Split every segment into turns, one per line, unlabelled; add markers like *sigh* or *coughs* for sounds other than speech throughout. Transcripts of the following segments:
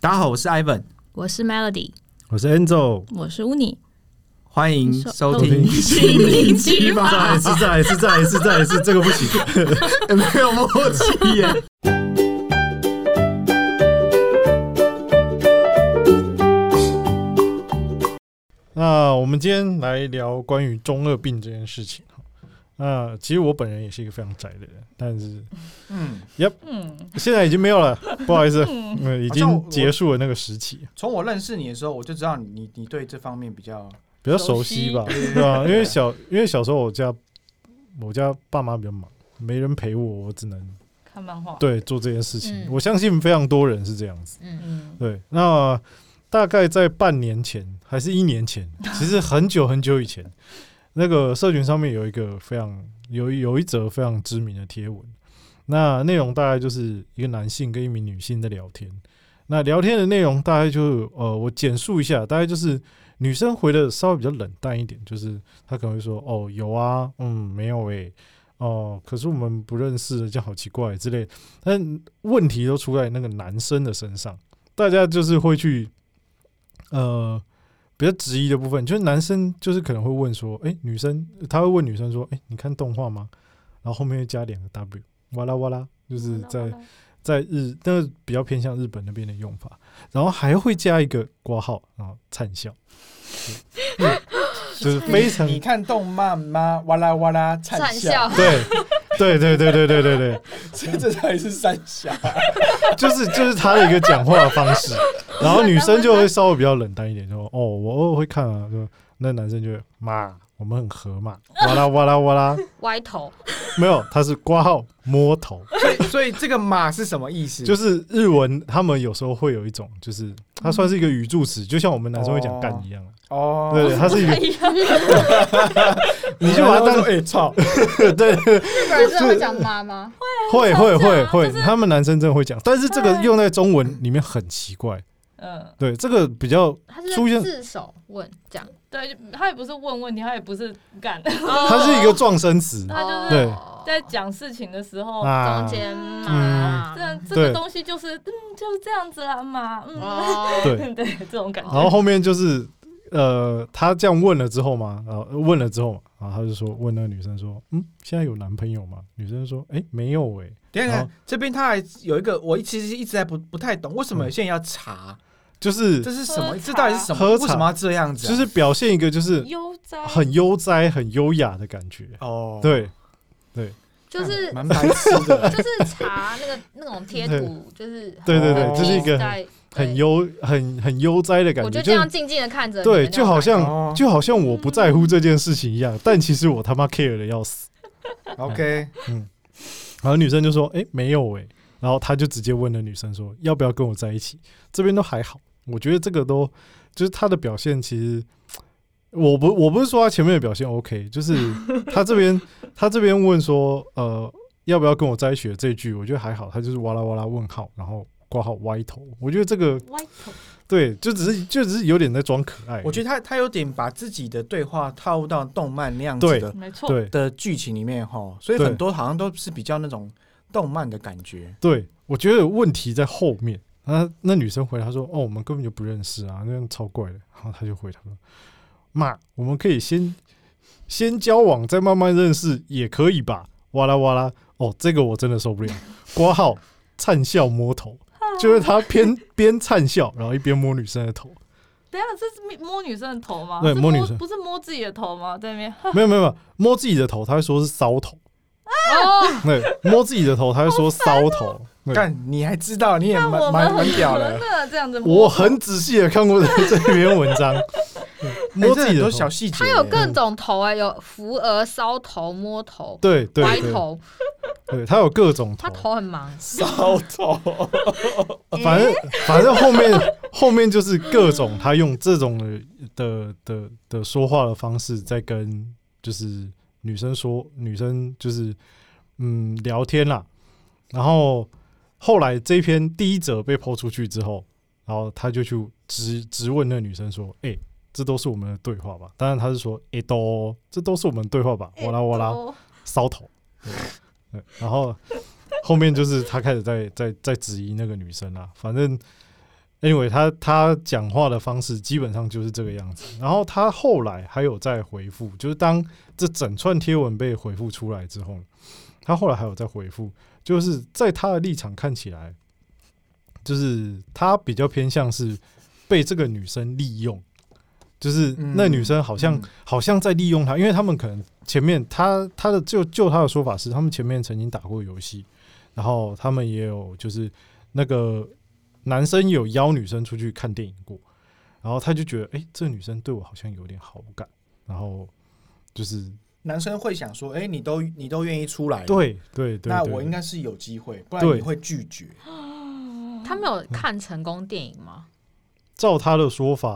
大家好，我是 Ivan，
我是 Melody，
我是 Angel，
我是 Uni，
欢迎收听
收听
心灵奇
再来一次，再来一次，再来一次，再来一次，这个不行。
*laughs* 没有默契耶。
那我们今天来聊关于中二病这件事情哈。那其实我本人也是一个非常宅的人，但是
嗯，
嗯，
现在已经没有了，不好意思，嗯，已
好像我
经结束了那个时期，
从我认识你的时候，我就知道你你你对这方面比较
比较熟悉吧，对吧？因为小，因为小时候我家我家爸妈比较忙，没人陪我，我只能
看漫画，
对做这件事情。
嗯
我相信非常多人是这样子。
嗯，
对，那大概在半年前还是一年前，其实很久很久以前，那个社群上面有一个非常有有一则非常知名的贴文，那内容大概就是一个男性跟一名女性在聊天。那聊天的内容大概就呃，我简述一下，大概就是女生回的稍微比较冷淡一点，就是她可能会说哦有啊，嗯没有诶、哦、可是我们不认识的，这样好奇怪之类。但问题都出在那个男生的身上，大家就是会去，呃，比较质疑的部分，就是男生就是可能会问说，诶，女生他会问女生说，诶，你看动画吗？然后后面又加两个 W，哇啦哇啦，就是在在日那个比较偏向日本那边的用法，然后还会加一个挂号，然后灿笑，对就是非常
你看动漫吗？哇啦哇啦，灿
灿
笑，
笑，
对。对对对对对对对，
*laughs* 这这才是三笑。
就是就是他的一个讲话的方式，然后女生就会稍微比较冷淡一点，就说哦，我偶尔会看啊，就那男生就会妈，我们很合嘛，哇啦哇啦哇啦， *laughs*
歪头，
没有，他是挂号摸头，
所以 *laughs* 所以这个马是什么意思？
就是是日文他们有时候会有一种，就是它算是一个语助词，就像我们男生会讲干一样，
哦，
对对，它是
*laughs*
一个，你就把它当
哎操，
对 *laughs* 对对
日本人真的会讲妈妈，
会会
啊
会会，他们男生真的会讲，但是这个用在中文里面很奇怪，
嗯，
对，这个比较
他是在
出现
自首问这样，
对，就他也不是问问题，他也不是干，
哦
它是一个撞声词，
他就是
对
在讲事情的时候，
啊
中，间嘛，
嗯
这这
对
个东西就是嗯就是这样子啦嘛，嗯，
哦，
对。
*laughs* 对，这种感
然后
觉。
后面就是呃，他这样问了之后嘛，然后呃问了之后嘛，然后他就说问那个女生说，嗯，现在有男朋友吗？女生说，哎、没有哎、
等一
然
下
后
这边他还有一个，我其实一直还不不太懂，为什么有些人要查？
就是
这是什
喝
么？
茶
这到底是什么？
喝
为
茶
什么要这样子啊？
就是表现一个就是
悠哉，
很悠哉、很优雅的感觉，
哦，
对， *laughs*
就是
蛮白痴的。 *laughs*
就是查那个那种贴图，就是
对对
对
很
这是
一个
在
很，悠、很很悠哉的
对
感
哦我
觉，
就这样
是
静静的看着你们那
对，
样打，
就好像
哦
就好像我不在乎这件事情一样，但其实我他妈 care 的要死。
，OK，
然后女生就说：“哎、没有哎、然后他就直接问了女生说：“要不要跟我在一起？”这边都还好，我觉得这个都就是他的表现，其实我不我不是说他前面的表现 OK，就是他这边他这边问说：“呃，要不要跟我在一起？”的这一句我觉得还好，他就是哇啦哇啦问号，然后挂号歪头。我觉得这个
歪头，
对，就只是就只是有点在装可爱。
我觉
得
得他他有点把自己的对话套入到动漫那样子的
没错，
对
的剧情里面哈，所以
对
很多好像都是比较那种动漫的感觉。
对，我觉得问题在后面。啊，那女生回答说：“哦，我们根本就不认识啊，那样超怪的。”然后他就回答说：“妈，我们可以先先交往，再慢慢认识，也可以吧？”哇啦哇啦，哦，这个我真的受不了。 *laughs* 挂号灿笑摸头，就是他
*laughs*
边边灿笑，然后一边摸女生的头。
等一下这是摸女生的头吗？
对
是
摸女生
不是摸自己的头吗？在那边 *laughs*
没有没有没有，摸自己的头，他会说是搔头。
哦，
对，摸自己的头，他会说搔头。对
干，你还知道，你也
那我
蛮
们
蛮
很
蛮屌
合
的。哎
呢，这样子摸
我很仔细的看过这 *laughs* 这篇文章，
哎
摸
这
自己
很
的
多
头，
小细节，
他有各种头哎，有扶额、搔头、摸头、
对对
歪
对，
头，
对他有各种头，
他头很忙，
骚头。
*laughs* 反正反正后面后面就是各种他用这种的的的的说话的方式在跟就是女生说，女生就是嗯聊天啦。然后后来这篇第一则被抛出去之后，然后他就去直直问那女生说：“哎、这都是我们的对话吧？”当然他是说：“哎、都这都是我们的对话吧？”
哎
哇啦哇啦。
头
搔头，对，对啊然后后面就是他开始在在在质疑那个女生啦、反正 Anyway，他他讲话的方式基本上就是这个样子。然后他后来还有再回复，就是当这整串贴文被回复出来之后，他后来还有再回复，就是在他的立场看起来，就是他比较偏向是被这个女生利用，就是那
嗯
女生好像、
嗯
好像在利用他，因为他们可能前面他他的就就他的说法是，他们前面曾经打过游戏，然后他们也有就是那个男生有邀女生出去看电影过，然后他就觉得哎、诶这女生对我好像有点好感，然后就是
男生会想说，哎，你都你都愿意出来了，
对对对对，
那我应该是有机会，不然
对
你会拒绝。
他没有看成功电影吗？
照他的说法，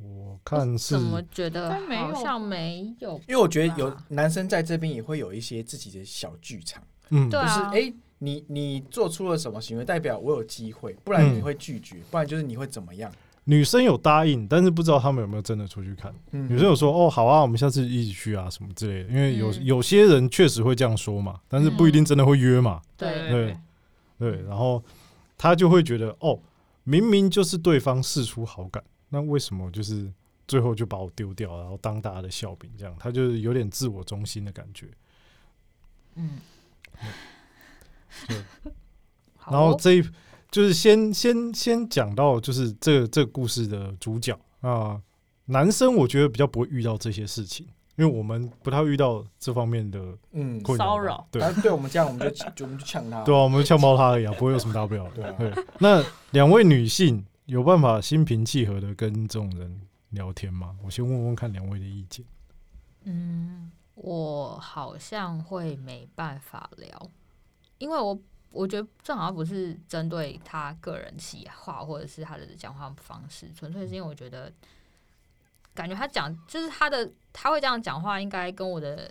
我看是
怎么觉得
但没有
好像没有？
因为我觉得有
吧
男生在这边也会有一些自己的小剧场，
嗯
对
就是
啊，
哎、诶你你做出了什么行为，代表我有机会，不然
嗯
你会拒绝，不然就是你会怎么样？
女生有答应，但是不知道他们有没有真的出去看。
嗯
女生有说哦，好啊，我们下次一起去啊，什么之类的。因为有、
嗯
有些人确实会这样说嘛，但是不一定真的会约嘛。
对，
对对，然后他就会觉得哦，明明就是对方示出好感，那为什么就是最后就把我丢掉，然后当大家的笑柄这样？他就是有点自我中心的感觉。
嗯，好哦
然后这一就是先先先讲到就是这个这个故事的主角啊、男生我觉得比较不会遇到这些事情，因为我们不太遇到这方面的
嗯，
困扰嘛
骚扰
对
然后对我们这样，我们就就我们就呛他。
对啊，我们就呛爆他而已啊，不会有什么大不了
对
的。
啊
对，那两位女性有办法心平气和的跟这种人聊天吗？我先问问看两位的意见。
嗯，我好像会没办法聊，因为我我觉得这好像不是针对他个人喜好或者是他的讲话方式，纯粹是因为我觉得，感觉他讲就是他的他会这样讲话，应该跟我的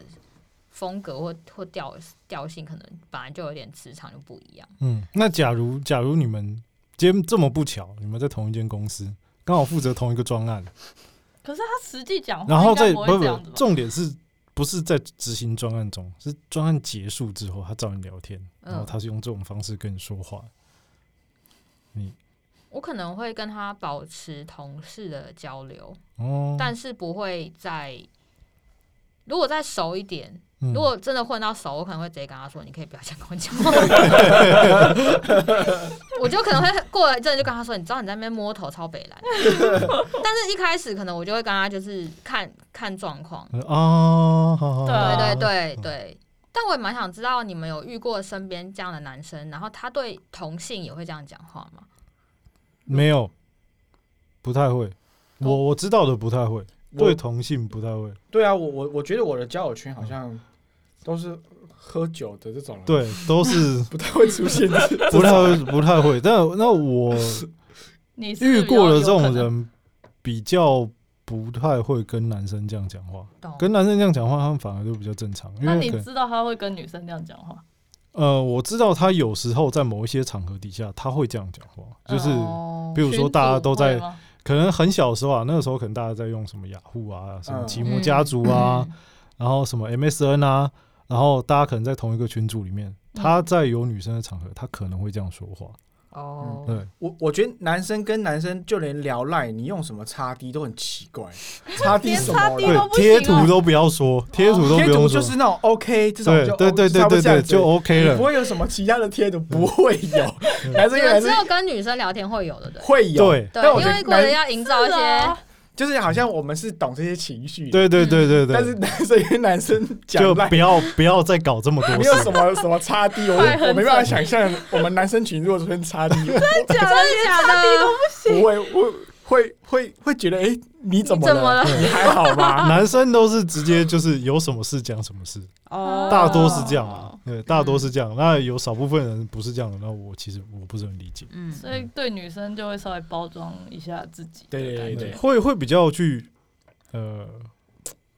风格或或调调性可能本来就有点磁场就不一样。
嗯，那假如假如你们今天这么不巧，你们在同一间公司，刚好负责同一个专案，
可是他实际讲话，
然后再
哦不
不
会
不
这样子，吧？
重点是不是在执行专案中？是专案结束之后，他找你聊天，
嗯
然后他是用这种方式跟你说话。
我可能会跟他保持同事的交流，
哦，
但是不会再如果再熟一点，
嗯
如果真的混到熟，我可能会直接跟他说：“你可以不要想跟我讲话。” *laughs* 我就可能会过来，真的就跟他说：“你知道你在那边摸头超北蓝。” *laughs* 但是一开始可能我就会跟他就是看看状况，
他说哦，好好，
对
好
对对
啊
对对。但我也蛮想知道你们有遇过身边这样的男生，然后他对同性也会这样讲话吗？
没有，不太会。我我知道的不太会，
我
对同性不太会。
对啊，我我我觉得我的交友圈好像都是喝酒的这种人，
对，都是
*laughs* 不太会出现这
不太会不太会。但那我
你是
遇过的
有
这种，
有可能
人，比较不太会跟男生这样讲话。
懂？
跟男生这样讲话，他们反而就比较正常，因
那
为
你
可能
知道他会跟女生这样讲话？
呃，我知道他有时候在某一些场合底下，他会这样讲话，就是
哦
比如说大家都
群
在
组会，吗
可能很小的时候啊，那个时候可能大家在用什么雅虎啊，什么
嗯
奇摩家族啊，，
嗯
然后什么 MSN 啊，然后大家可能在同一个群组里面，
嗯
他在有女生的场合，他可能会这样说话。
嗯
哦，
对，
我我觉得男生跟男生就连聊赖，你用什么叉 D 都很奇怪，叉 D 什么
连
啦？
都不
对，贴
行哦
图都不要说，贴图都不
啊贴
用
图就，
说
是那种 OK 这种
对
就哦
对对对
差不
对
多这样
对，
子
就 OK
不
了。
会有什么其他的贴图，不会有， *laughs* 男生跟
你们
男
只
生
有跟女生聊天会有的，对不
会有，
嗯对
嗯对
但我
对，因
觉得
为为
男
了要营造一
是
些
啊
就是好像我们是懂这些情绪，，
对对对对对，
但是男生跟男生
就
讲赖
不。要不要再搞这么多
没
事
有。什么什么差 D，我
快很
我没办法想象我们男生群如果出现差
*laughs*
D，
真的假的？
我会我会会会觉得哎、诶你怎么
你怎么了
你还好吗？ *laughs*
男生都是直接就是有什么事讲什么事，
哦
大多是这样啊，对，大多是这
嗯
样。那有少部分人不是这样的，那我其实我不是很理解。
嗯，
所以对女生就会稍微包装一下自己的感觉。
对对对
会会比较去呃，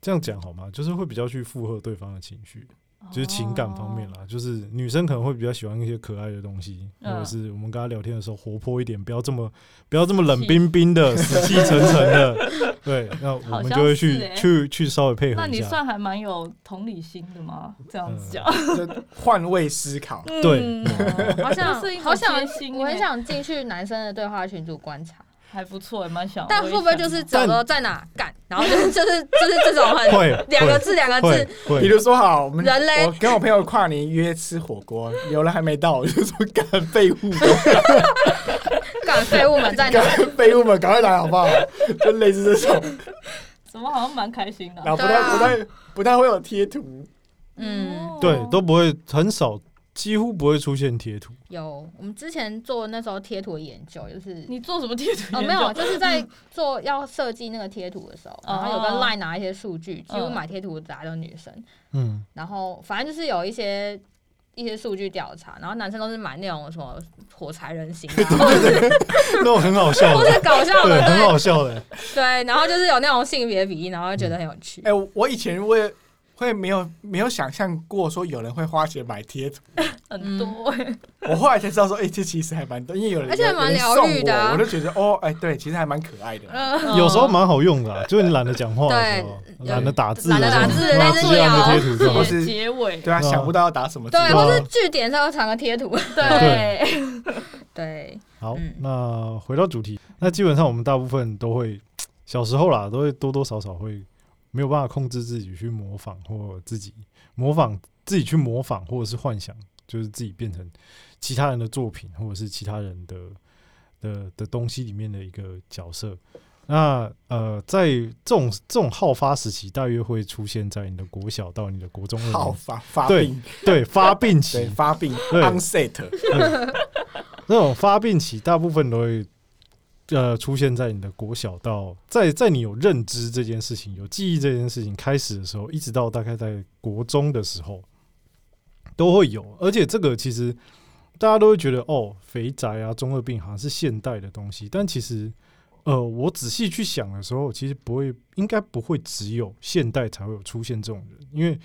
这样讲好吗？就是会比较去附和对方的情绪，
哦
就是情感方面啦，就是女生可能会比较喜欢一些可爱的东西，或
嗯
者是我们跟她聊天的时候活泼一点，不要这么不要这么冷冰冰的、死气沉沉的。 *laughs* 对，那我
好
们
像
就会去
是欸
去去稍微配合
那你
一下。
算还蛮有同理心的吗？这样子讲，
就换位思考。
嗯对
嗯
哦好
*laughs*
想
这是一种
好想
贴心，欸
我很想进去男生的对话群组观察，
还不错，也蛮想。
但会不会就是走了在哪干，然后就是 *laughs* 就是就是这种很
会
两个字两个
会
字，
会
比如说，好，我们
人类
我跟我朋友跨年约吃火锅，有人还没到，我就说干废物，
干废物们在哪？
干废物们，赶快来好不好？ *laughs* 就类似这种，
怎么好像蛮开心的
然
啊？
后不太、不
对
太不太会有贴图，
嗯，
哦
对都不会很少，几乎不会出现贴图。
有我们之前做那时候贴图的研究，就是
你做什么贴图研究？
哦没有，就是在做要设计那个贴图的时候，然后有跟
哦
Line 拿一些数据，几乎
嗯
买贴图的大家都是女生，
嗯，
然后反正就是有一些一些数据调查，然后男生都是买那种什么火柴人型啊，或者是
那种很好笑
*laughs*
或
的，
是搞笑
对，
的，
很
对
好笑的。
对，然后就是有那种性别比例，然后觉得很有趣
哎、。
嗯
我我以前我也会没有没有想象过说有人会花钱买贴图，
很多欸，
嗯
*laughs* 我后来才知道说，哎、这其实还蛮多，因为有人
而且还蛮疗愈的啊
有人送我我就觉得哦，哎、对，其实还蛮可爱
*laughs*
的。啊
嗯，
有时候蛮好用的啊，就是你懒得讲话的时候，
对
懒得打字
懒
的
得打
时候，
字
然后
但
直
是啊
接
有
按个贴图就好
或
了。
是
结结尾
对啊，
对啊
想不到要打什么字。
对，
对啊
或是据点上要传个贴图，
对，
对，
好，
嗯
那回到主题，那基本上我们大部分都会，小时候啦，都会多多少少会没有办法控制自己去模仿或自己模仿自己去模仿或者是幻想，就是自己变成其他人的作品或者是其他人的的的东西里面的一个角色。那呃，在这种这种好发时期，大约会出现在你的国小到你的国中二年
好发发
对
病，
对发病期
对，发病
对
onset，
那种发病期，大部分都会呃出现在你的国小到在在你有认知这件事情、有记忆这件事情开始的时候，一直到大概在国中的时候都会有。而且这个其实大家都会觉得哦，肥宅啊、中二病好像是现代的东西，但其实。呃，我仔细去想的时候，其实不会，应该不会只有现代才会有出现这种人，因为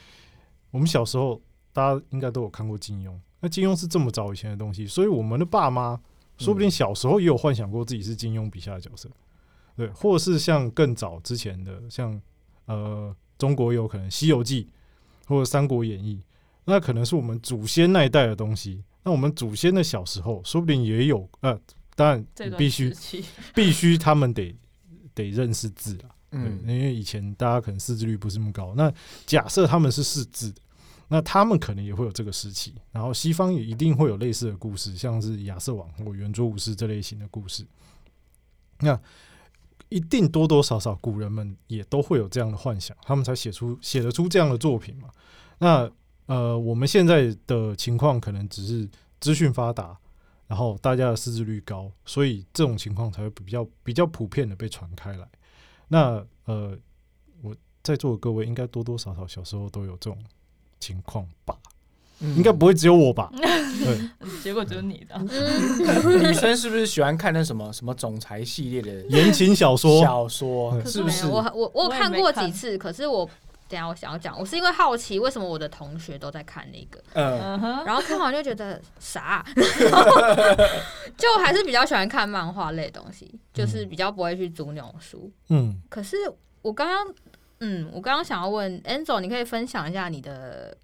我们小时候大家应该都有看过金庸，那金庸是这么早以前的东西，所以我们的爸妈说不定小时候也有幻想过自己是金庸笔下的角色，对，或是像更早之前的，像呃中国有可能《西游记》或者《三国演义》，那可能是我们祖先那一代的东西。那我们祖先的小时候，说不定也有呃，当然
这段
必须
时期
必须他们得得认识字啊，
嗯，
对，因为以前大家可能识字率不是那么高。那假设他们是识字的，那他们可能也会有这个时期。然后西方也一定会有类似的故事，像是亚瑟王或圆桌武士这类型的故事。那一定多多少少，古人们也都会有这样的幻想，他们才写出写得出这样的作品嘛。那呃，我们现在的情况可能只是资讯发达，然后大家的识字率高，所以这种情况才会比较比较普遍的被传开来。那呃，我在座的各位应该多多少少小时候都有这种情况吧？
嗯
应该不会只有
*laughs*
我吧？对，
结果只有你
嗯
的，
女生是不是喜欢看那什么什么总裁系列的
言情小说，
小说？
嗯
是不是
没有？我我我有
我也
看
没
过
看
几次，可是我等一下我想要讲，我是因为好奇为什么我的同学都在看那个，
嗯，
嗯哼，
然后看完就觉得啥，然后就我还是比较喜欢看漫画类的东西，就是比较不会去租那种书。
嗯，
可是我刚刚，嗯，我刚刚想要问 Enzo，你可以分享一下你的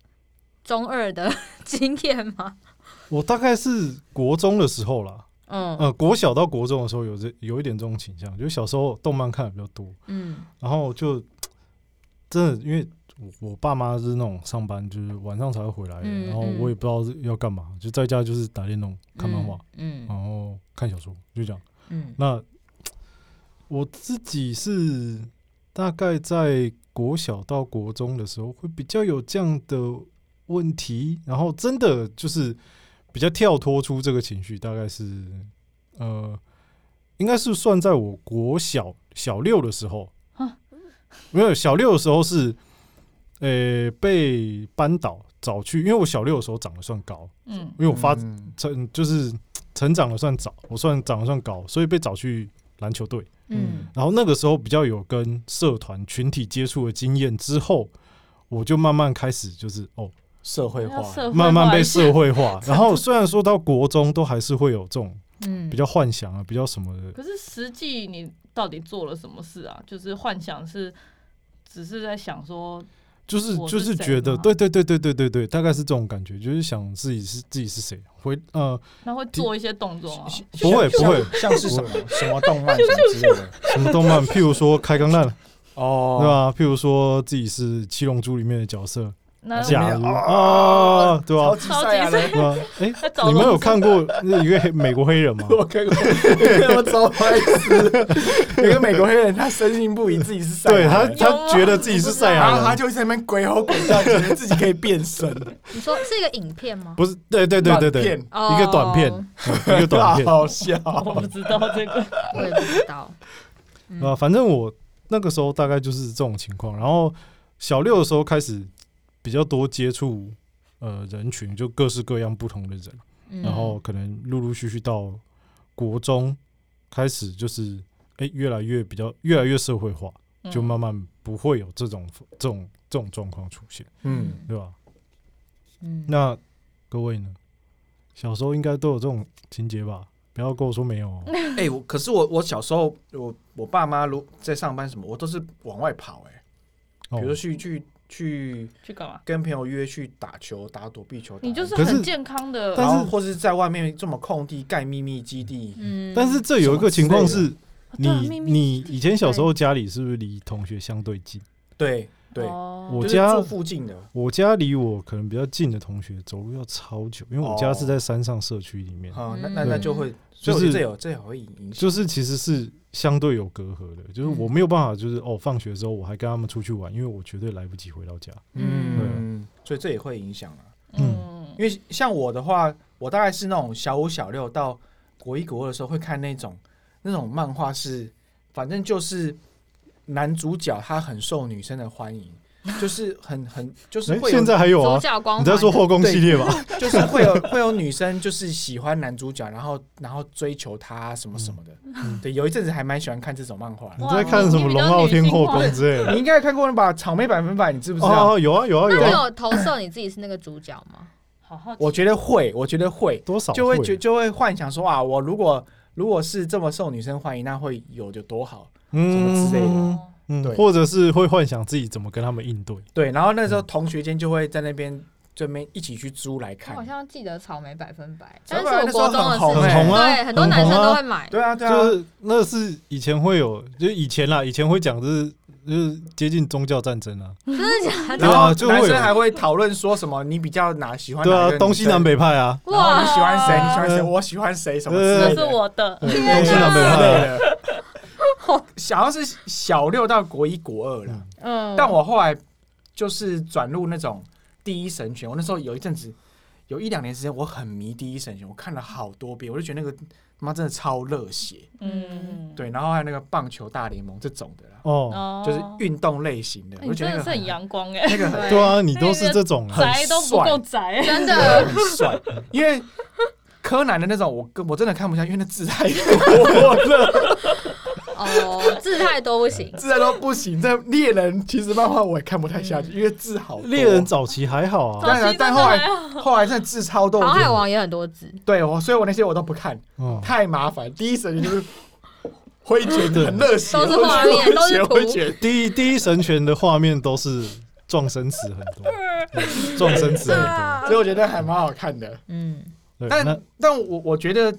中二的经验吗？ *laughs*
我大概是国中的时候啦，
嗯
呃，国小到国中的时候有这有一点这种倾向，就是小时候动漫看的比较多，
嗯
然后就真的因为我我爸妈是那种上班就是晚上才会回来的，
嗯
然后我也不知道是要干嘛，就在家就是打电动、看漫画，，
嗯
然后看小说，就这样。
嗯
那我自己是大概在国小到国中的时候，会比较有这样的问题，然后真的就是比较跳脱出这个情绪，大概是呃，应该是算在我国小小六的时候
啊，
没有小六的时候是呃、被班导找去，因为我小六的时候长得算高，
嗯
因为我发
嗯
成就是成长的算早，我算长得算高，所以被找去篮球队。
嗯
然后那个时候比较有跟社团群体接触的经验之后，我就慢慢开始就是哦，
社会化
要，社会
慢慢
化一
被
下
社会化。然后虽然说到国中都还是会有这种
嗯
比较幻想啊，比较什么的，
可是实际你到底做了什么事啊？就是幻想是，只是在想说，
就是
我
就是是
谁
觉得，
吗
对对对对对对对，大概是这种感觉，就是想自己是自己是谁，回呃
那会做一些动作吗？
不会不会，
像是什么什么动漫什 *laughs* 么之类的
什么动漫，譬如说开钢弹，对
哦，
吧？譬如说自己是七龙珠里面的角色，
那
假
假如
哦
啊，对
超
吧？
级赛亚人，
对吧？哎、
在找
你们
龙
有
珠
看过那一个黑美国黑人吗？
*laughs* 我看过，我超白痴。有个美国黑人，他深信不疑自己是赛
对
亚
他，
人，
他觉得自己是赛
啊然
亚
后他
人，
就一直在那边鬼吼鬼叫，觉得自己可以变身。
你说是一个影片吗？
不是，对对对对对，
片
哦
一个短片 *laughs* 一个短
*laughs*
片
好笑。
我不知道
*laughs*
这个，
我也不知道。嗯
啊，反正我那个时候大概就是这种情况。然后小六的时候开始比较多接触呃人群，就各式各样不同的人，
嗯
然后可能陆陆续续到国中开始就是哎、诶越来越比较越来越社会化，
嗯
嗯
就慢慢不会有这种这种这种状况出现，
嗯，
对吧？
嗯
那各位呢？小时候应该都有这种情节吧？不要跟我说没
*laughs*
有、哦，
哎、我可是我我小时候，我我爸妈如在上班什么，我都是往外跑、哎，
哦
比如说去去去
去干嘛？
跟朋友约去打球、打躲避球，打
你就是
可是
很健康的
但，
然后
是
或是在外面这么空地盖秘密基地，
嗯
但是这有一个情况是，
对啊
你
秘密
你以前小时候家里是不是离同学相对近？
对对，
哦
我
就是
家
住附近的，
我家离我可能比较近的同学走路要超久，因为我家
哦
是在山上社区里面，
啊、那
嗯
那那就会，所以我觉得这有这有会影响，
就是其实是相对有隔阂的，就是我没有办法，就是哦，放学之后我还跟他们出去玩，因为我绝对来不及回到家。
嗯，所以这也会影响啊。
嗯，
因为像我的话，我大概是那种小五、小六到国一、国二的时候会看那种那种漫画是，反正就是男主角他很受女生的欢迎，就是很很就是
哎，
会有
*laughs* 现在还有
主
啊？
角光
你在说后宫系列吧？
就是会有 *laughs* 会有女生就是喜欢男主角，然后然后追求他什么什么的。
嗯
对，有一阵子还蛮喜欢看这种漫画的。
你
哇
在看什么《龙傲天后宫》之类的？
你应该有看过吧？草莓百分百，你知不知道？
哦，有啊有啊
那
有
你
啊，
有投射你自己是那个主角吗？
好好奇，
我觉得会，我觉得会，
多少
就会觉
觉
就会幻想说啊，我如果如果是这么受女生欢迎，那会有有多好。
嗯
什么之类的
嗯嗯，
对
或者是会幻想自己怎么跟他们应对。
对，然后那时
嗯
候同学间就会在那边这边一起去租来
我
看
好。像记得草莓百分百，
草
但
莓
是
百
我
分百
国中的
那
时
时候
候，
很红啊
欸
对，很啊多男生都会买。
对啊，对啊，
就是那是以前会有，就是以前啦，以前会讲就是就是接近宗教战争啊，
真的假的？
然后
啊就会
哦男
有
生还会讨论说什么你比较哪喜欢
对
哪
啊
个，
东西南
北，
北派啊，
然后你喜欢谁？你喜欢谁？
嗯
我喜欢谁？什么
对
之
这
类
是
的。
我的，
对东西南北
之
派
类
啊，
*laughs*
的。想要是小六到国一国二了，
嗯，
但我后来就是转入那种第一神拳。我那时候有一阵子，有一两年时间，我很迷第一神拳，我看了好多遍，我就觉得那个他妈真的超热血。
嗯，
对，然后还有那个棒球大联盟这种的啦。
哦，
哦，
就是运动类型的，
哎
我
你
觉
真
得
的
那
是
个
很阳光哎，
那个很
对啊，你都是这种啊，
很
宅都不
帅啊
够宅，
真
那
的
个很帅，因为柯南的那种我跟我真的看不下去，因为那字太多
*laughs*
了，
哦，字太多不行。
字太多不行。这猎人其实漫画我也看不太下去，因为字好多
猎人早期还好啊，
但
早期
但
真
后
的
来
还好
后来真的字超多，
航
我
海
觉得
王也很多字，
对我，所以我那些我都不看，
哦，
太麻烦。第一时间就是 *laughs* 挥拳，
对
很热血，
都是画面
挥拳
都是图
挥拳。
第一第一神拳的画面都是撞生词很多，嗯撞生词很多，
所以我觉得还蛮好看的。
嗯，
对，那
啊但但我我觉得，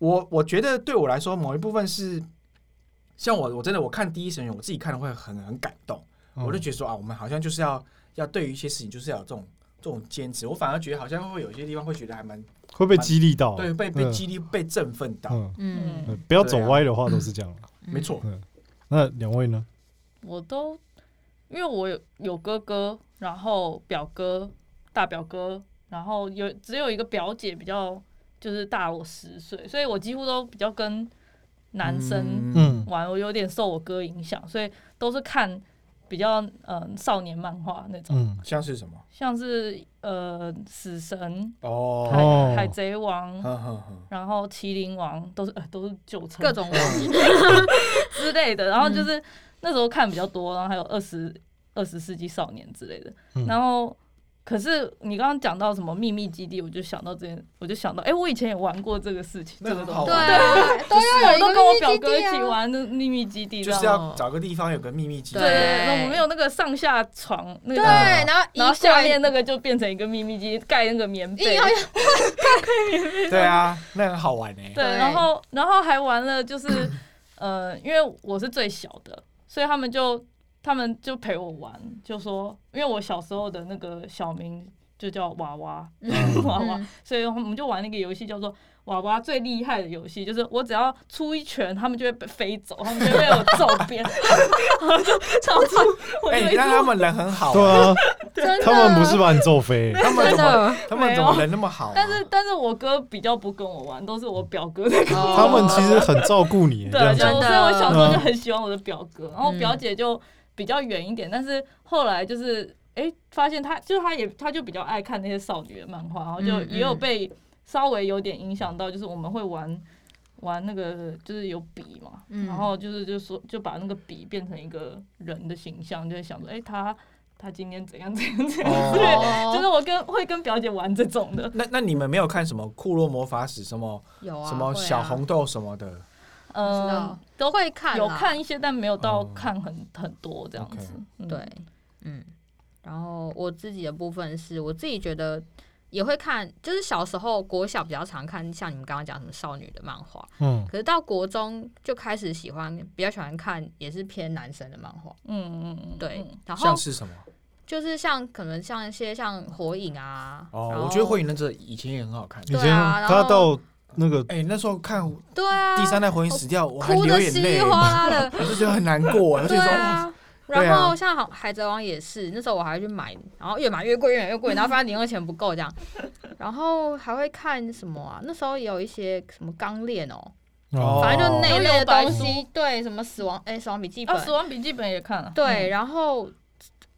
我我觉得对我来说，某一部分是，像我我真的我看第一神员，我自己看的会很很感动，
嗯
我就觉得说啊，我们好像就是要要对于一些事情就是要有这种这种坚持，我反而觉得好像会有些地方会觉得还蛮
会被激励到，啊
对被被激励、被振奋到，
哦嗯，
嗯
嗯
嗯，
不要走歪的话都是这样啊。
没错，
那两位呢？
我都因为我有有哥哥，然后表哥、大表哥，然后有只有一个表姐比较就是大我十岁，所以我几乎都比较跟男生
嗯，
玩，我有点受我哥影响，所以都是看比较嗯、呃少年漫画那种，
嗯，
像是什么
像是呃死神、
哦，
哦
海海贼王。
哼哼哼
然后麒麟王都是、呃、都是旧称
各种王，
之类的，然后就是那时候看比较多，然后还有二十二十世纪少年之类的，
嗯
然后可是你刚刚讲到什么秘密基地，我就想到这件，我就想到，哎、我以前也玩过这个事情，
那
这个
很
东
好
西
玩
对啊，都要有
我
一
都
个
跟我
秘密
表
基
哥一
地啊
起。玩那秘密基地，
就是
这样
要找个地方有个秘密基地
对，
哦对
那我们有那个上下床，那
对，啊
个
然后
然后
衣柜
下面那个就变成一个秘密基地，盖那个棉
一定
被
要，
对啊，那很好玩哎、
对，
对
然后然后还玩了就是呃，因为我是最小的，所以他们就他们就陪我玩，就说因为我小时候的那个小名就叫娃娃
*laughs*
*laughs* 娃娃，
嗯
所以我们就玩那个游戏叫做。娃娃最厉害的游戏就是，我只要出一拳，他们就会被飞走，他们就会被我揍扁， *laughs* 然后就超出我就
哎、
一
你
直
让他们人很好、
对啊，
真的，
他们不是把你揍飞，
他们
真
怎么
的，
他们怎么人那么好啊、
但是但是我哥比较不跟我玩，都是我表哥在跟
哦
我
他们其实很照顾你，这
对，啊
样
就所以
真
讲
的
我小时候就很喜欢我的表哥，然后
嗯
表姐就比较远一点，但是后来就是哎、诶发现他就他也他就比较爱看那些少女的漫画，然后就
嗯嗯
也有被稍微有点影响到，就是我们会玩。玩那个就是有笔嘛，
嗯
然后就是就说就把那个笔变成一个人的形象，就会想说，哎、他他今天怎样怎样怎样，
哦
对
*laughs* 哦
*laughs* 就是我跟会跟表姐玩这种的，
那那你们没有看什么《库洛魔法使》什么、
有啊，
什么
会啊
小红豆什么的？
知
嗯
道，都会看，
有，看一些，但没有到
嗯
哦
看很、很多这样子
OK。
嗯
对，嗯。然后我自己的部分是我自己觉得也会看，就是小时候国小比较常看，像你们刚刚讲什么少女的漫画，
嗯，
可是到国中就开始喜欢，比较喜欢看也是偏男生的漫画，
嗯嗯嗯，
对
嗯。
然后
像是什么？
就是像可能像一些像火影啊，然
哦，
后
我觉得《火影忍者》以前也很好看。
以
对啊
前
然
他
后
到那个
哎、那时候看
对啊，
第三代火影死掉，我还
哭
流
的
眼
稀
泪
里，哗
*laughs*
啦的，
我就觉得很难过。而且
对
说，
啊。
对啊
然后像《海贼王》也是，那时候我还去买，然后越买越贵，越买越贵，然后发现零用钱不够这样，然后还会看什么啊？那时候有一些什么钢炼哦，
哦
反正就那一类的东
幽游
西，对，什么死亡哎、死亡笔记本，
啊，《死亡笔记本》也看了。嗯
对，然后。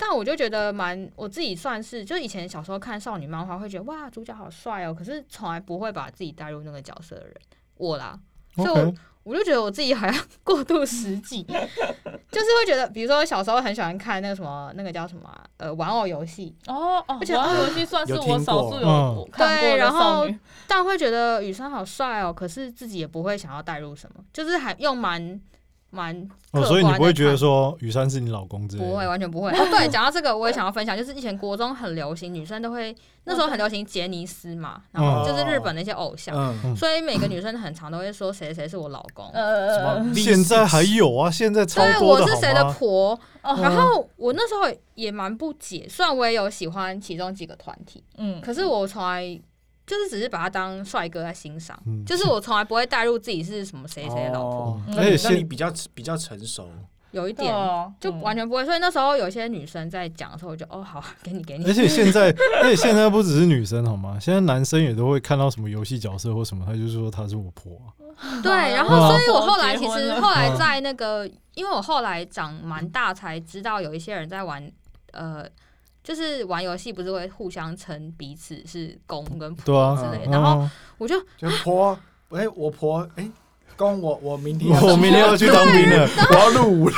但我就觉得蛮，我自己算是，就以前小时候看少女漫画，会觉得哇，主角好帅哦，可是从来不会把自己带入那个角色的人，我啦，所以我
OK，
我就觉得我自己好像过度实际，就是会觉得，比如说我小时候很喜欢看那个什么，那个叫什么啊、呃，玩偶游戏，
嗯。哦哦，
而且
玩偶游戏算是
有
我
听
少
过
数
嗯
有看过
对
的
然
少
后
女。
但会觉得羽生好帅哦，可是自己也不会想要带入什么，就是还用蛮蛮
哦，
客
所以你
观
不会
的
觉得
看
说雨山是你老公之类的，
不会，完全
*laughs*
不会。哦，对，讲到这个，我也想要分享，就是以前国中很流行，女生都会那时候很流行杰尼斯嘛，然后就是日本的一些偶像，
嗯，
所以每个女生很常都会说谁谁是我老公，
*laughs* 什么
呃，
V6
现在还有啊，现在超
对，
多
我
的
是谁的
好吗？
婆。
哦
然后我那时候也蛮不解，虽然我也有喜欢其中几个团体，
嗯，
可是我从来。就是只是把他当帅哥在欣赏，
嗯
就是我从来不会带入自己是什么谁谁的老婆，
哦
嗯
那
而且
你那你
现
比较比较成熟，
有一
对
点
啊，
就
嗯
完全不会。所以那时候有些女生在讲的时候，我就哦好，给你给你
而。且现在， *laughs* 而且现在不只是女生好吗？现在男生也都会看到什么游戏角色或什么，他就说他是我婆啊、
对，然
对
后
啊
所以我后来
结
其
婚
实
了
后
嗯
来在那个，因为我后来长蛮大才知道有一些人在玩，呃，就是玩游戏不是会互相称彼此是公跟婆，
对啊，
之
类的然后
嗯
我就
就婆，哎、我婆，哎、公我我明天要
*laughs* 我明天要去当兵了，我要入伍了。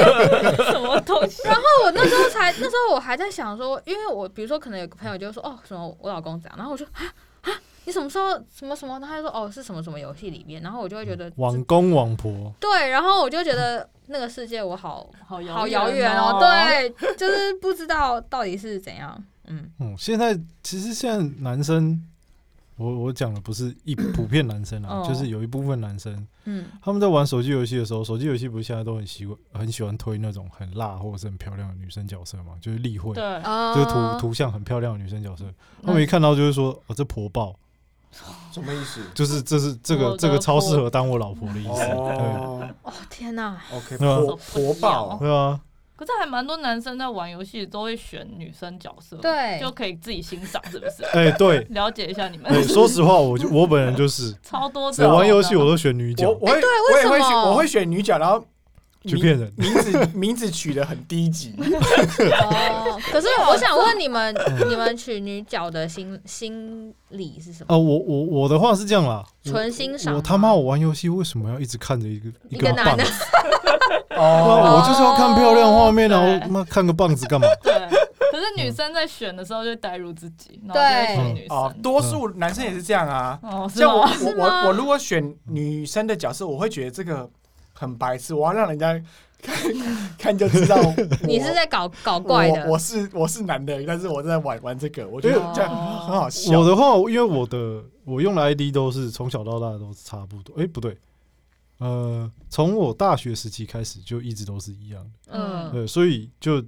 什么东西？
然后我那时候才，那时候我还在想说，因为我比如说可能有个朋友就说，哦，什么我老公怎样，然后我就啊啊，你什么时候什么什么，然后他就说哦是什么什么游戏里面，然后我就会觉得
网公网婆，
对，然后我就觉得那个世界我好
*laughs* 好
好遥远
哦
哦，，对，就是不知道到底是怎样，嗯。
嗯，现在其实现在男生，我我讲的不是一普遍男生啊，
哦
就是有一部分男生
嗯
他们在玩手机游戏的时候，手机游戏不是现在都很习惯很喜欢推那种很辣或者是很漂亮的女生角色嘛，就是例会，
对，
啊
哎就是图图像很漂亮的女生角色，他们一看到就是说，哦，这婆爆，
什么意思？
就是这是这
我
个
的
哦这个超适合当我老婆的意思，对
哦
哦天哪，
，OK，
对啊
婆婆爆，
对啊，
可是还蛮多男生在玩游戏都会选女生角色，，
对，哦
就可以自己欣赏，是不 *laughs* 是？
哎对
了解一下你们，
对，说实话，我就我本人 *laughs* 就是哦
超多这种的。
我玩游戏我都选女
我
角
我会、
哎对
我
为
也
什
会选
么
我会选女角，然后
去
名
骗人，
名字名字取得很低
*laughs*
级，
哦。 *laughs* 可是我想问你们，你们取女角的心心理是什么？
啊，我我我的话是这样啦，我
纯欣赏吗？
我他妈我玩游戏为什么要一直看着一个
一
个
个
棒
男的 *laughs*
子？，
哦
对啊我就是要看漂亮画面，
对
然后妈看个棒子干嘛？
对，可是是女生在选的时候就代入自己，然后就在选女
哦，
生。
多
嗯
数男生也是这样啊。
哦，是
像我
吗？
我我我如果选女生的角色，我会觉得这个很白痴，我要让人家 *laughs* 看看就
*laughs*
知道
你
我
是在搞搞怪的
我，我是我是男的，但是我在玩玩这个，我觉得
哦
这样很好笑。
我的话，因为我的我用的 ID 都是从小到大都是差不多。哎、不对，呃，从我大学时期开始就一直都是一样的，
嗯
对，所以就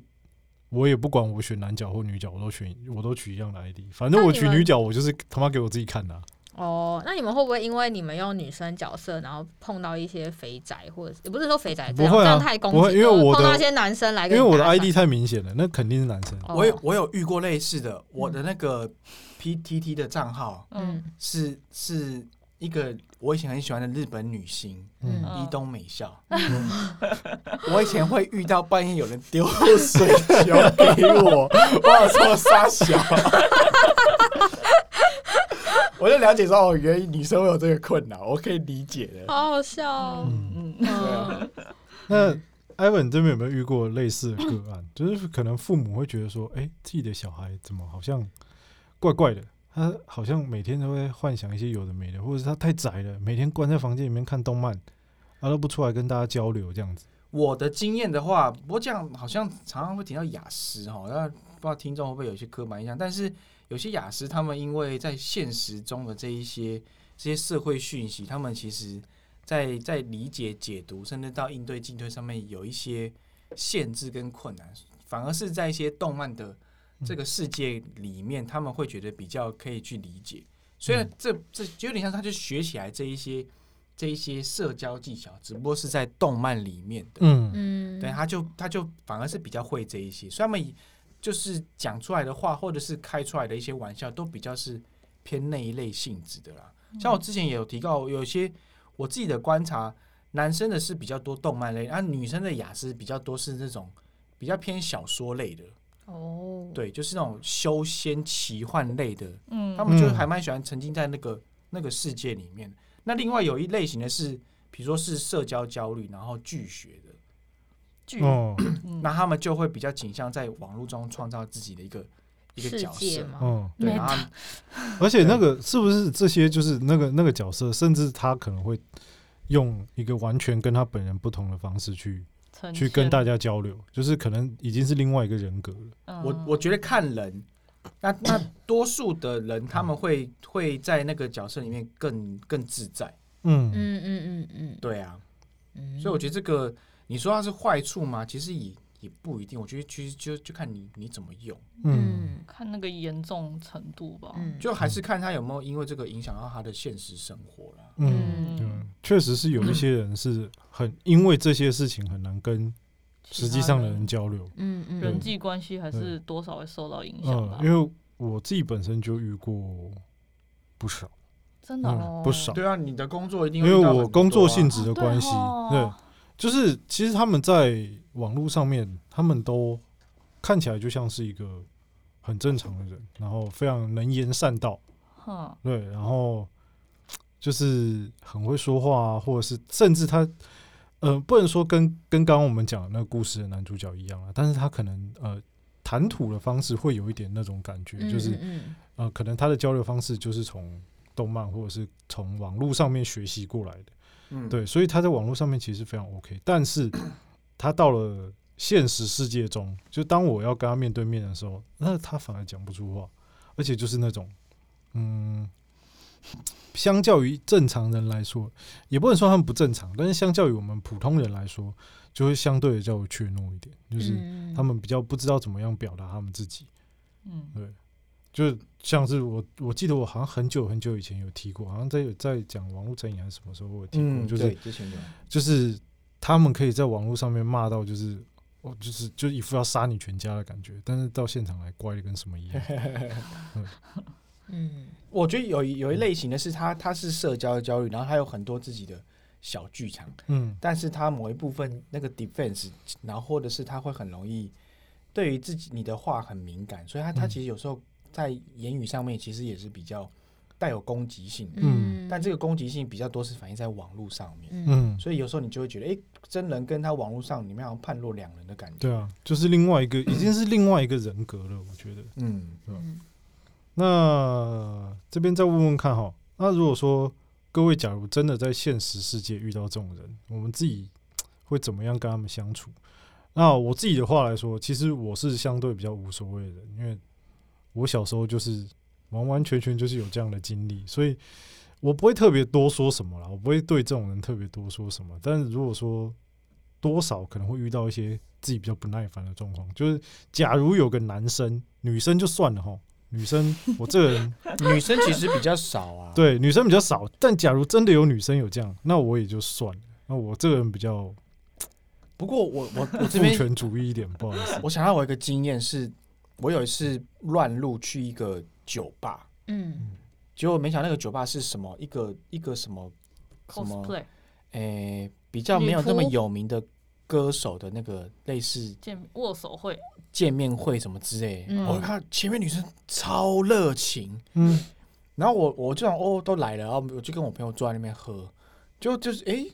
我也不管我选男角或女角，我都选我都取一样的 ID，反
那
正
你
我
们
取女角，我就是他妈给我自己看的啊、
哦，那你们会不会因为你们用女生角色，然后碰到一些肥宅，或者是也不是说肥宅，
不会啊
这样太攻击，哦
不会因为我的
碰到一些男生来
因
跟
为
你打
我的
架，
ID 太明显了，那肯定是男生。
哦
我有我有遇过类似的，我的那个 PTT 的账号
嗯
嗯
是是一个我以前很喜欢的日本女星
嗯，
伊
嗯
东美笑。我以前会遇到半夜有人丢水球给我，我想说傻小。 *laughs* 我就了解说，哦，原来女生会有这个困扰，我可以理解的。
好好笑、哦。
嗯嗯，
啊
对
那 Ivan 这边有没有遇过类似的个案？ *coughs* 就是可能父母会觉得说，哎、自己的小孩怎么好像怪怪的？他好像每天都会幻想一些有的没的，或者是他太宅了，每天关在房间里面看动漫，他都不出来跟大家交流这样子。
我的经验的话，不过这样好像常常会提到雅思哈，那不知道听众会不会有一些刻板印象，但是有些雅思他们因为在现实中的这一些这些社会讯息，他们其实在在理解、解读，甚至到应对进退上面有一些限制跟困难，反而是在一些动漫的这个世界里面，他们会觉得比较可以去理解。虽然这这有点像是他就学起来这一些这一些社交技巧，只不过是在动漫里面的。
嗯
嗯，
对，他就他就反而是比较会这一些，所以他们以就是讲出来的话，或者是开出来的一些玩笑，都比较是偏那一类性质的啦。像我之前也有提到，有些我自己的观察，男生的是比较多动漫类，啊，女生的雅思比较多是那种比较偏小说类的，
哦，
对，就是那种修仙奇幻类的，
嗯
他们就还蛮喜欢沉浸在那个那个世界里面。那另外有一类型的是，比如说是社交焦虑，然后拒学的。
剧
哦
嗯
那他们就会比较倾向在网络中创造自己的一个一个角
世界
色，
嘛，
哦，
对，
Meta
然后他们
而且那个是不是这些就是那个那个角色，甚至他可能会用一个完全跟他本人不同的方式去去跟大家交流，就是可能已经是另外一个人格了。
嗯
嗯
我我觉得看人，那
*laughs*
那多数的人他们会会在那个角色里面更更自在，
嗯
嗯嗯嗯
对啊，
嗯，
所以我觉得这个你说它是坏处吗？其实也也不一定，我觉得其实就就看你你怎么用，
嗯，
看那个严重程度吧。
嗯，
就还是看他有没有因为这个影响到他的现实生活啦。
嗯，嗯，确实是有一些人是很因为这些事情很难跟实际上的人交流。
嗯嗯
人际关系还是多少会受到影响
嗯
吧，。
因为我自己本身就遇过不少，
真的哦
嗯，不少，
对啊，你的工作一定
因
会
为
遇到很
我工作
多啊
性质的关系
哦，对
对
哦，
就是其实他们在网络上面，他们都看起来就像是一个很正常的人，然后非常能言善道，
哼，
对，然后就是很会说话啊，或者是甚至他，呃，不能说跟跟刚刚我们讲的那个故事的男主角一样啊，但是他可能呃谈吐的方式会有一点那种感觉，就是
嗯
呃，可能他的交流方式就是从动漫或者是从网络上面学习过来的，
嗯，
对，所以他在网络上面其实非常 OK，
*clears throat*
但是他到了现实世界中，就当我要跟他面对面的时候，那他反而讲不出话，而且就是那种，嗯，相较于正常人来说，也不能说他们不正常，但是相较于我们普通人来说，就会相对的较为怯懦一点，就是
嗯
他们比较不知道怎么样表达他们自己，
嗯，
就像是我我记得我好像很久很久以前有提过，好像在有在讲网络成瘾还是什么时候我有提过，
嗯，
就是
对之前有，
就是他们可以在网络上面骂到就是哦，就是就一副要杀你全家的感觉，但是到现场来乖的跟什么一样。
嗯
我觉得有一有一类型的是他，他是社交的焦虑，然后他有很多自己的小剧场，
嗯
但是他某一部分那个 defense，然后或者是他会很容易对于自己你的话很敏感，所以他他
嗯
其实有时候在言语上面其实也是比较带有攻击性的，
嗯
但这个攻击性比较多是反映在网络上面，
嗯
嗯，
所以有时候你就会觉得，哎、真人跟他网络上里面好像判若两人的感觉。
对啊，就是另外一个，已经是另外一个人格了，我觉得。
嗯，
嗯
那这边再问问看哈，那如果说各位假如真的在现实世界遇到这种人，我们自己会怎么样跟他们相处？那我自己的话来说，其实我是相对比较无所谓的人，因为我小时候就是完完全全就是有这样的经历，所以我不会特别多说什么啦，我不会对这种人特别多说什么。但是如果说多少可能会遇到一些自己比较不耐烦的状况，就是假如有个男生、女生就算了哈，女生我这个人
女生其实比较少啊。，
对女生比较少，但假如真的有女生有这样，那我也就算了。那我这个人比较
不过我我我这
父
边
权 *laughs* 主义一点，不好意
*laughs*
思。
我想到我有一个经验是，我有一次乱入去一个酒吧，
嗯
结果没想到那个酒吧是什么一个一个什么什么
，cosplay
诶、比较没有
女仆
那么有名的歌手的那个类似
见面握手会，
见面会什么之类，
嗯
我看前面女生超热情，
嗯，
然后我我就想哦都来了，然后我就跟我朋友坐在那边喝，就就是诶、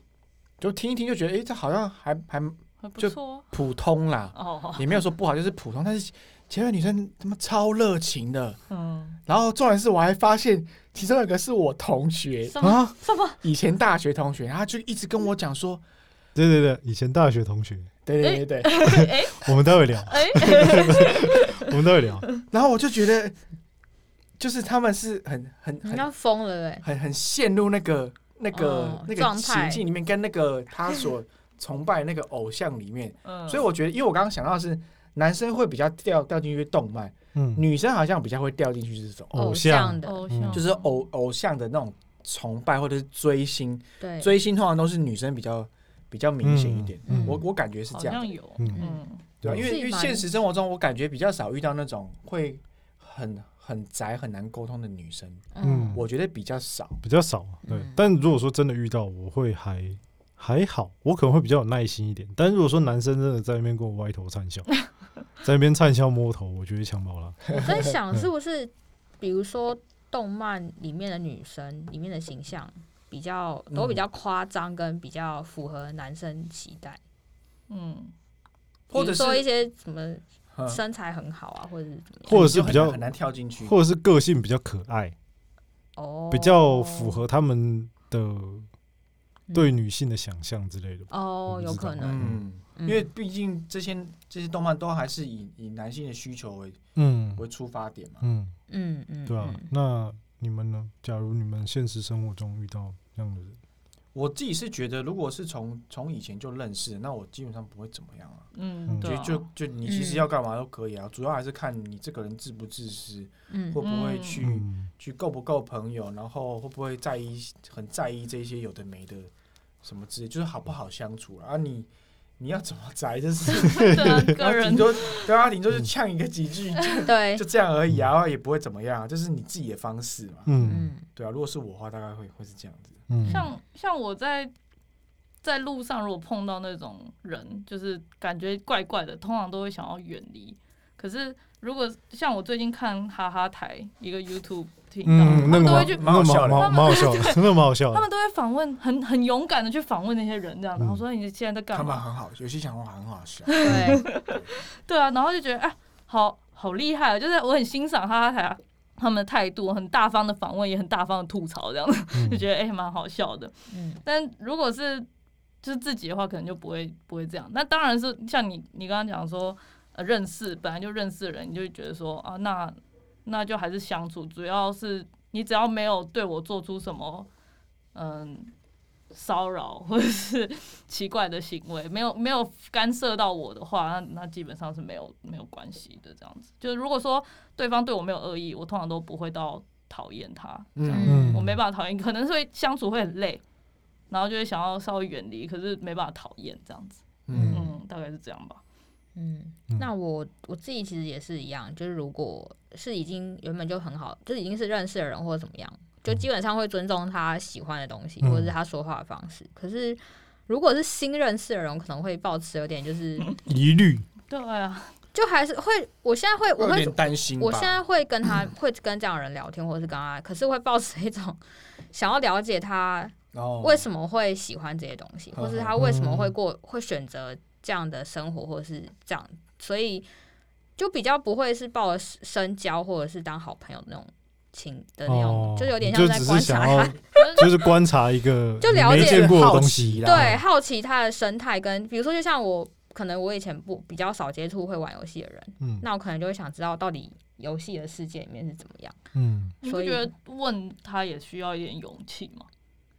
就听一听就觉得诶、这好像还还
还不
就
错啊
普通啦，
哦，
也没有说不好，就是普通，但是前面女生他妈超热情的。
嗯，
然后重点是我还发现其中有一个是我同学，
什么
啊
什么？
以前大学同学，他就一直跟我讲说，
对对对，以前大学同学，
对对对对，
哎
我们待会聊，
哎，
*laughs* 我们待会聊。
然后我就觉得，就是他们是很很
你
很
要嗯疯了哎，
很很陷入那个那个、
哦
那
状
个
态
情境里面，跟那个他所崇拜那个偶像里面，
嗯
所以我觉得，因为我刚刚想到的是男生会比较掉掉进去动漫，
嗯，
女生好像比较会掉进去这种，
偶
像
像
的哦
偶
嗯
像
就是偶偶像的那种崇拜或者是追星，
对，
追星通常都是女生比较比较明显一点，
嗯嗯
我我感觉是
好
这样
像
的，
有，
嗯
嗯，
对啊，因
是
为因为
蛮
现实生活中我感觉比较少遇到那种会很很宅很难沟通的女生，
嗯
我觉得比较少。
比较少，对。
嗯
但如果说真的遇到，我会还还好，我可能会比较有耐心一点。但如果说男生真的在那边跟我歪头灿
*laughs*
笑，在那边灿笑摸头，我觉得强暴啦。
我在想是不是，比如说动漫里面的女生里面的形象比较都比较夸张，跟比较符合男生期待，
嗯，
或者
比如
是
说一些什么
嗯
身材很好啊，或者是怎么样
或者是比
你就很难
较
很，难跳进去，
或者是个性比较可爱，
哦，
比较符合他们的对女性的想象之类的吧。
嗯哦，有可能，
嗯，
嗯
因为毕竟这些这些动漫都还是以以男性的需求为
嗯
为出发点嘛。
嗯，
嗯嗯，
对啊
嗯。
那你们呢？假如你们现实生活中遇到这样的人，
我自己是觉得，如果是从从以前就认识的，那我基本上不会怎么样啊。
嗯，对
就
啊，
就就你其
嗯
实要干嘛都可以啊，主要还是看你这个人自不自私，
嗯
会不会去、
嗯，
去够不够朋友，然后会不会在意很在意这些有的没的什么之类，就是好不好相处啊？啊你你要怎么宅，就是
*laughs*
*laughs*
对啊，个
顶
人
多对啊，顶多就呛一个几
*laughs*
句就
嗯对
就，这样而已啊，然后也不会怎么样啊，就是你自己的方式嘛。
嗯
嗯
对啊，如果是我的话，大概会会是这样子。
嗯，
像像我在在路上，如果碰到那种人，就是感觉怪怪的，通常都会想要远离。可是如果像我最近看哈哈台一个 YouTube 频道，
嗯，
他
那
们
个
都
蛮
会去，
蛮好笑的
蛮蛮好笑的，真的蛮好笑
他
的。
们都会访问，很很勇敢的去访问那些人，这样，然后说你现在在
啊
他
嗯干
们
嘛？
很好，有些想法很好笑。
对，
对啊，然后就觉得哎，好好厉害啊，就是我很欣赏哈哈台啊他们的态度，很大方的访问，也很大方的吐槽，这样子
嗯
就觉得哎蛮好笑的。
嗯
但如果是就是自己的话，可能就不会不会这样。那当然是像你你刚刚讲说，呃，认识本来就认识的人，你就会觉得说啊，那那就还是相处，主要是你只要没有对我做出什么嗯骚扰或者是奇怪的行为，没有没有干涉到我的话，那那基本上是没有没有关系的这样子。就是如果说对方对我没有恶意，我通常都不会到讨厌他这样子。
嗯
我没办法讨厌，可能是会相处会很累，然后就会想要稍微远离，可是没办法讨厌这样子。
嗯
嗯
嗯，大概是这样吧。
嗯，那我我自己其实也是一样，就是如果是已经原本就很好，就是已经是认识的人或者怎么样，就基本上会尊重他喜欢的东西，
嗯
或者是他说话的方式。可是
嗯
如果是新认识的人，我可能会保持有点就是
疑虑，
对啊，
*laughs* 就还是会，我现在会，我
有
会
点担心吧。
我现在会跟他会跟这样的人聊天，或者是跟他，可是会抱持一种 *laughs* 想要了解他
哦，
为什么会喜欢这些东西，
嗯
或是他为什么会过会选择这样的生活，或是这样，所以就比较不会是抱着深交或者是当好朋友那种情的那种，
哦
就有点像
就
在
只
观
是
察
想
他
要，就是观察一个
就了解
没见过的东
好奇
西
啦
对，好奇他的生态跟，比如说就像我可能我以前不比较少接触会玩游戏的人，
嗯
那我可能就会想知道到底游戏的世界里面是怎么样，
嗯
你
所
不
以
觉得问他也需要一点勇气吗？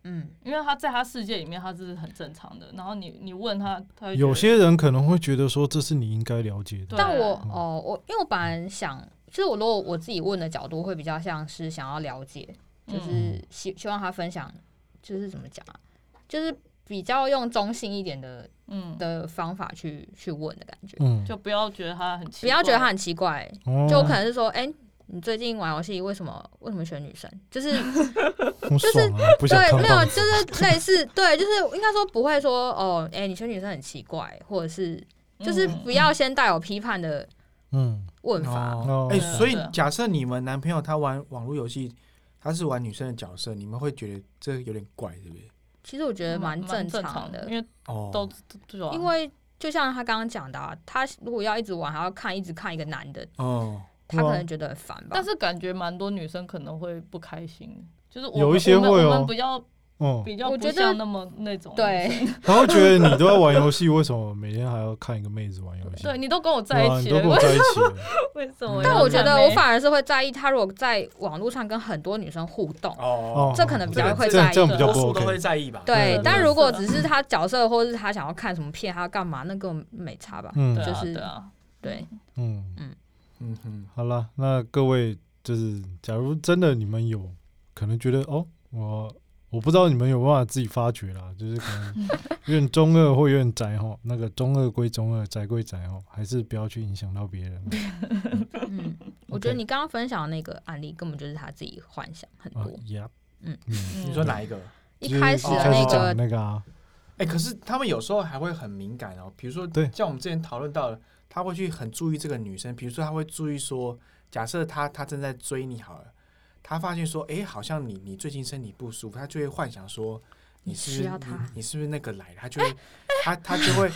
嗯，
因为他在他世界里面，他这是很正常的。然后你你问他，他会觉得
有些人可能会觉得说这是你应该了解的
对，
但我
嗯
哦，我因为我本来想，就是我如果我自己问的角度会比较像是想要了解，就
嗯
是希希望他分享，就是怎么讲啊，就是比较用中性一点的
嗯，
的方法去去问的感觉，
嗯，
就不要觉得他很
不
奇怪，
要觉得他很奇怪、
哦
就我可能是说，哎、你最近玩游戏为什么为什么选女生？就是
很爽啊，不想
对，
看
没有，
到
就是类似，对，就是应该说不会说哦，哎、你选女生很奇怪，或者是就是
嗯
不要先带有批判的
嗯，
问法。
哦哎、
对啊
所以
对啊
假设你们男朋友他玩网络游戏，他是玩女生的角色，你们会觉得这有点怪，是不是？
其实我觉得蛮
嗯正
常
的，
的，
因为
哦，
都啊这种
因为就像他刚刚讲的、啊，他如果要一直玩，还要看一直看一个男的，
哦，
他
对啊
可能觉得很烦吧。
但是感觉蛮多女生可能会不开心，就是我们
有一些
我们
会哦
我们比较
哦，
比较
我觉
不
得
像那么那种
*laughs*
女生，
对，
他会觉得你都在玩游戏，为什么每天还要看一个妹子玩游戏？
对你都跟我在
对啊，
一
你
起
都
了，
跟我在一起了，
为什么要看妹？
但我觉得我反而是会在意他如果在网络上跟很多女生互动，
哦
哦，
这可能比较会
这
在
样
意
这样比较
多
不
数都会
OK。
在意吧？
对
对
对。
但
对
如果
是啊
只是他角色或者是他想要看什么片，他要干嘛，那根本没差吧？
嗯
对啊
就是
对啊，
对，
嗯，
嗯哼，
好了，那各位就是，假如真的你们有可能觉得哦，我我不知道你们有没有办法自己发掘啦，就是可
*laughs*
能有点中二或有点宅吼，那个中二归中二，宅归宅吼，还是不要去影响到别
*laughs*
人。 *laughs*
嗯，我觉得你刚刚分享的那个案例根本就是他自己幻想很
啊
多。
呀，
嗯
嗯，
你说哪一个？
就
一
是
开始
一
的
开始
那
讲
个，
的那个啊，
哎、可是他们有时候还会很敏感哦，比如说，
对
像我们之前讨论到的，他会去很注意这个女生，比如说他会注意说，假设他他正在追你好了，他发现说，哎、好像你你最近身体不舒服，他就会幻想说，你
你
是不
需
是
要
你
他
你是不是那个来的，他
*laughs*
就会、他他就会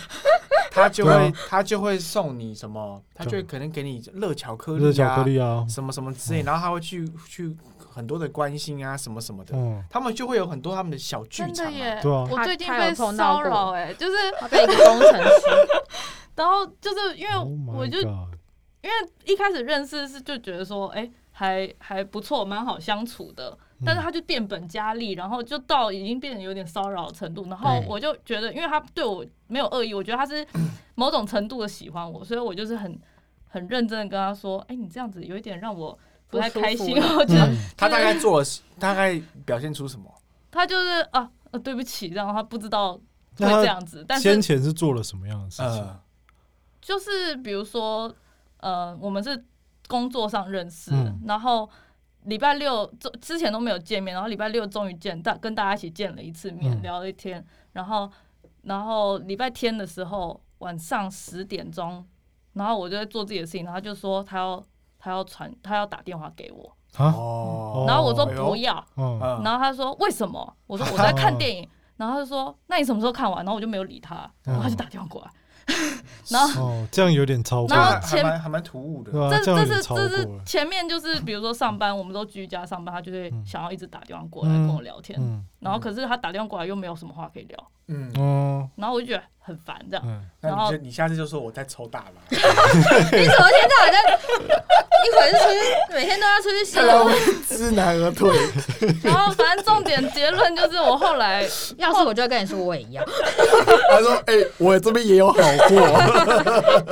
他就
对啊
会他就会送你什么，他就会可能给你热巧克力
热
啊，
巧克力啊，
什么什么之类，然后他会去去很多的关心啊，什么什么的，
嗯，
他们就会有很多他们的小剧
真
场、
的
啊。
耶，
对啊
我最近
他他
被
有碰到
骚
过
扰哎，就是
他被一个工程师，
然后就是因为
Oh my
哎我就
God
因为一开始认识是就觉得说，哎、还还不错，蛮好相处的。
嗯
但是他就变本加厉，然后就到已经变得有点骚扰的程度。然后
对
我就觉得，因为他对我没有恶意，我觉得
*coughs*
他是某种程度的喜欢我，所以我就是很很认真的跟他说，哎、你这样子有一点让我不太开心
不舒
哦。我觉得
嗯
他大概做了是，大概表现出什么？
他就是啊、呃对不起，然后他不知道会
那他
这样子，但是
先前是做了什么样的事情？
呃，
就是比如说，呃，我们是工作上认识，
嗯
然后礼拜六之之前都没有见面，然后礼拜六终于见大跟大家一起见了一次面，
嗯
聊了一天，然后然后礼拜天的时候晚上十点钟，然后我就在做自己的事情，然后他就说他要他要传他要打电话给我，
啊，
哦
然后我说
哎呦
不要，
嗯，
嗯
然后他说为什么？我说我在看
哦 *laughs*
电影，然后他就说那你什么时候看完？然后我就没有理他，然后他就
嗯
打电话
*laughs*
过来，然后。
哦，这样有点超过
然后
了，
还还
前
蛮还蛮突兀的
对。啊，
这
样
这
有点
是
超
这是
过了，
前面就是比如说上班，我们都居家上班，他就会
嗯
想要一直打电话过来跟我聊天，
嗯
然后可是他打电话过来又没有什么话可以聊，
嗯，
嗯
然后我就觉得很烦
*laughs*
这样。
嗯，
那
然后
你就你下次就说我在抽大麻，
你怎么天到晚在？一会儿就出去，每天都要出去洗
*laughs*
澡。
知难而退。
然后反正重点结论就是我后来
要是我就会跟你说我也一样，
他说：“哎，我这边也有好货。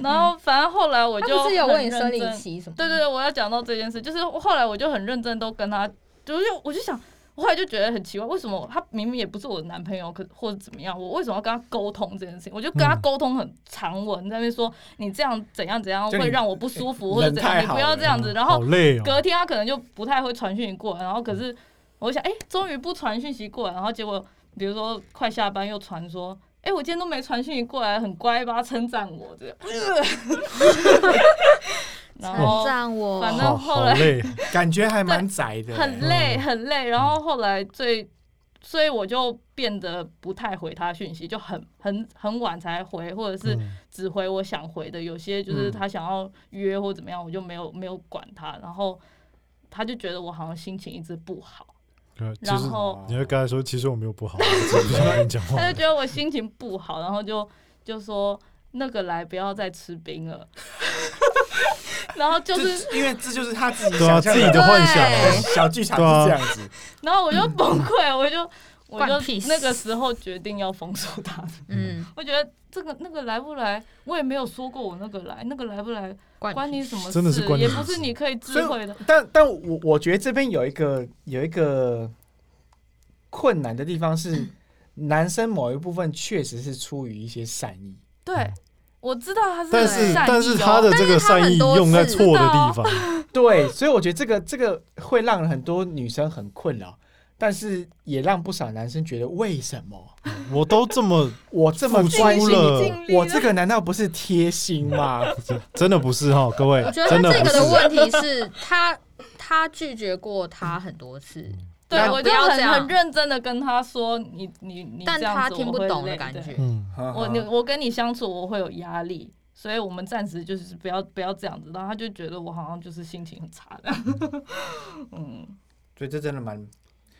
然后反正后来我
他
就
不是有问你
很
生
认
理
真
期什么？
对对对，我要讲到这件事，就是我后来我就很认真都跟他，就是我就想，我后来就觉得很奇怪，为什么他明明也不是我的男朋友，可或者怎么样，我为什么要跟他沟通这件事情？我就跟他
嗯
沟通很长文，在那边说你这样怎样怎样
就你
会让我不舒服，
哎人
或者怎
太
样，你
好
不要
了嗯
这样子。然
好
后
累哦，
隔天他可能就不太会传讯息过来，然后可是我想，哎、终于不传讯息过来，然后结果比如说快下班又传说。哎、哎、我今天都没传讯息过来，很乖吧？称赞我这样。
哦
然后
称赞哦我，
反正
好
后
好
来
累，哦
感觉还蛮窄的、
很
欸。
累
嗯
很累，然后后来最，所以我就变得不太回他讯息，就很很很晚才回，或者 *laughs* 是
嗯
只回我想回的。有些就是
嗯
他想要约或怎么样，我就没有没有管他，然后他就觉得我好像心情一直不好，
呃其
然
实
后呃
你会刚才说，其实我没有不
*laughs*
好，我只是不想跟你讲话
他。就觉得我心情不好，然后就就说那个来不要再吃冰了， *laughs* 然后就是
*laughs* 这因为这就是他自己
对啊，
想
自
象
己
的
的幻想
对
啊，
小剧场是这样子。
然后我就崩溃，我就我
关
就
屁事
那个时候决定要封锁他。
嗯，
我觉得这个那个来不来，我也没有说过我那个来，那个来不来关你什么事？
真的是关你
也
什么
不是
事
你可以
所
智
以
慧的。
但但我我觉得这边有一个有一个困难的地方是，
嗯
男生某一部分确实是出于一些善意，
对，我知道他
但
是
是
善意、哦，
但是他的这个善意用在错的地方，
哦 *laughs*
对，所以我觉得这个这个会让很多女生很困扰，但是也让不少男生觉得为什么
我都这么
我这么
付出
关心
了
尽力了
我这个难道不是贴心
*laughs*
吗？
真的不是哈，各位
我觉得
真的
这
不
个
是
的。问题是他他拒绝过他很多次，
对
那
我
不
就
要这
很
样
很认真的跟他说，你你你
但
这样
他
子
听
我
不
会
懂的
累
感
对
觉。
嗯，
我你我跟你相处我会有压力。所以我们暂时就是不要不要这样子，然后他就觉得我好像就是心情很差的，嗯，
所以这真的蛮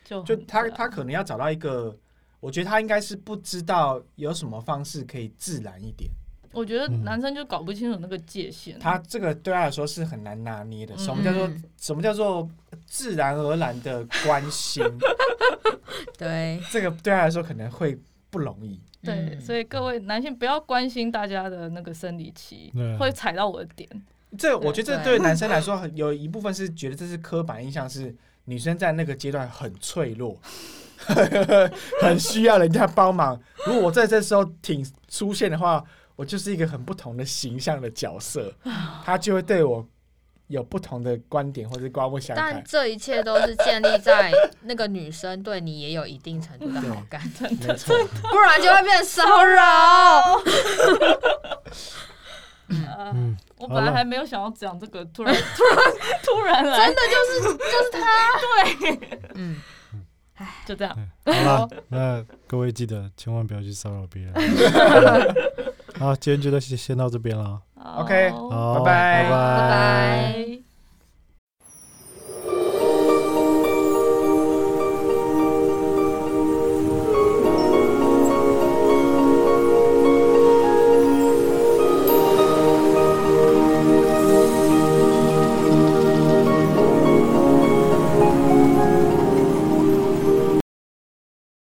就
就
很
他
对啊
他可能要找到一个，我觉得他应该是不知道有什么方式可以自然一点，
我觉得
嗯
男生就搞不清楚那个界限，
他这个对他来说是很难拿捏的。
嗯
什么叫做什么叫做自然而然的关心？
对嗯
这个对他来说可能会不容易。
对，所
以
以各位男性不要关心大家的那个生理期
对，
会踩到我的点。
这我觉得这对
对
男生来说很有一部分是觉得这是刻板印象，是女生在那个阶段很脆弱，很需要人家帮忙。如果我在这时候挺出现的话，我就是一个很不同的形象的角色，他就会对我有不同的观点或者刮目相
但
看。
这一切都是建立在那个女生对你也有一定程度的好感，
没错，
不然就会变骚扰。
呃
嗯，
我
好
本来
了
还没有想要讲这个，突然 *laughs* 突然突然来，
嗯，
就这样。
好了， *laughs* 那各位记得千万不要去骚扰别人。好，今天就到先先到这边了，
好
OK
好，
拜拜
拜
拜拜。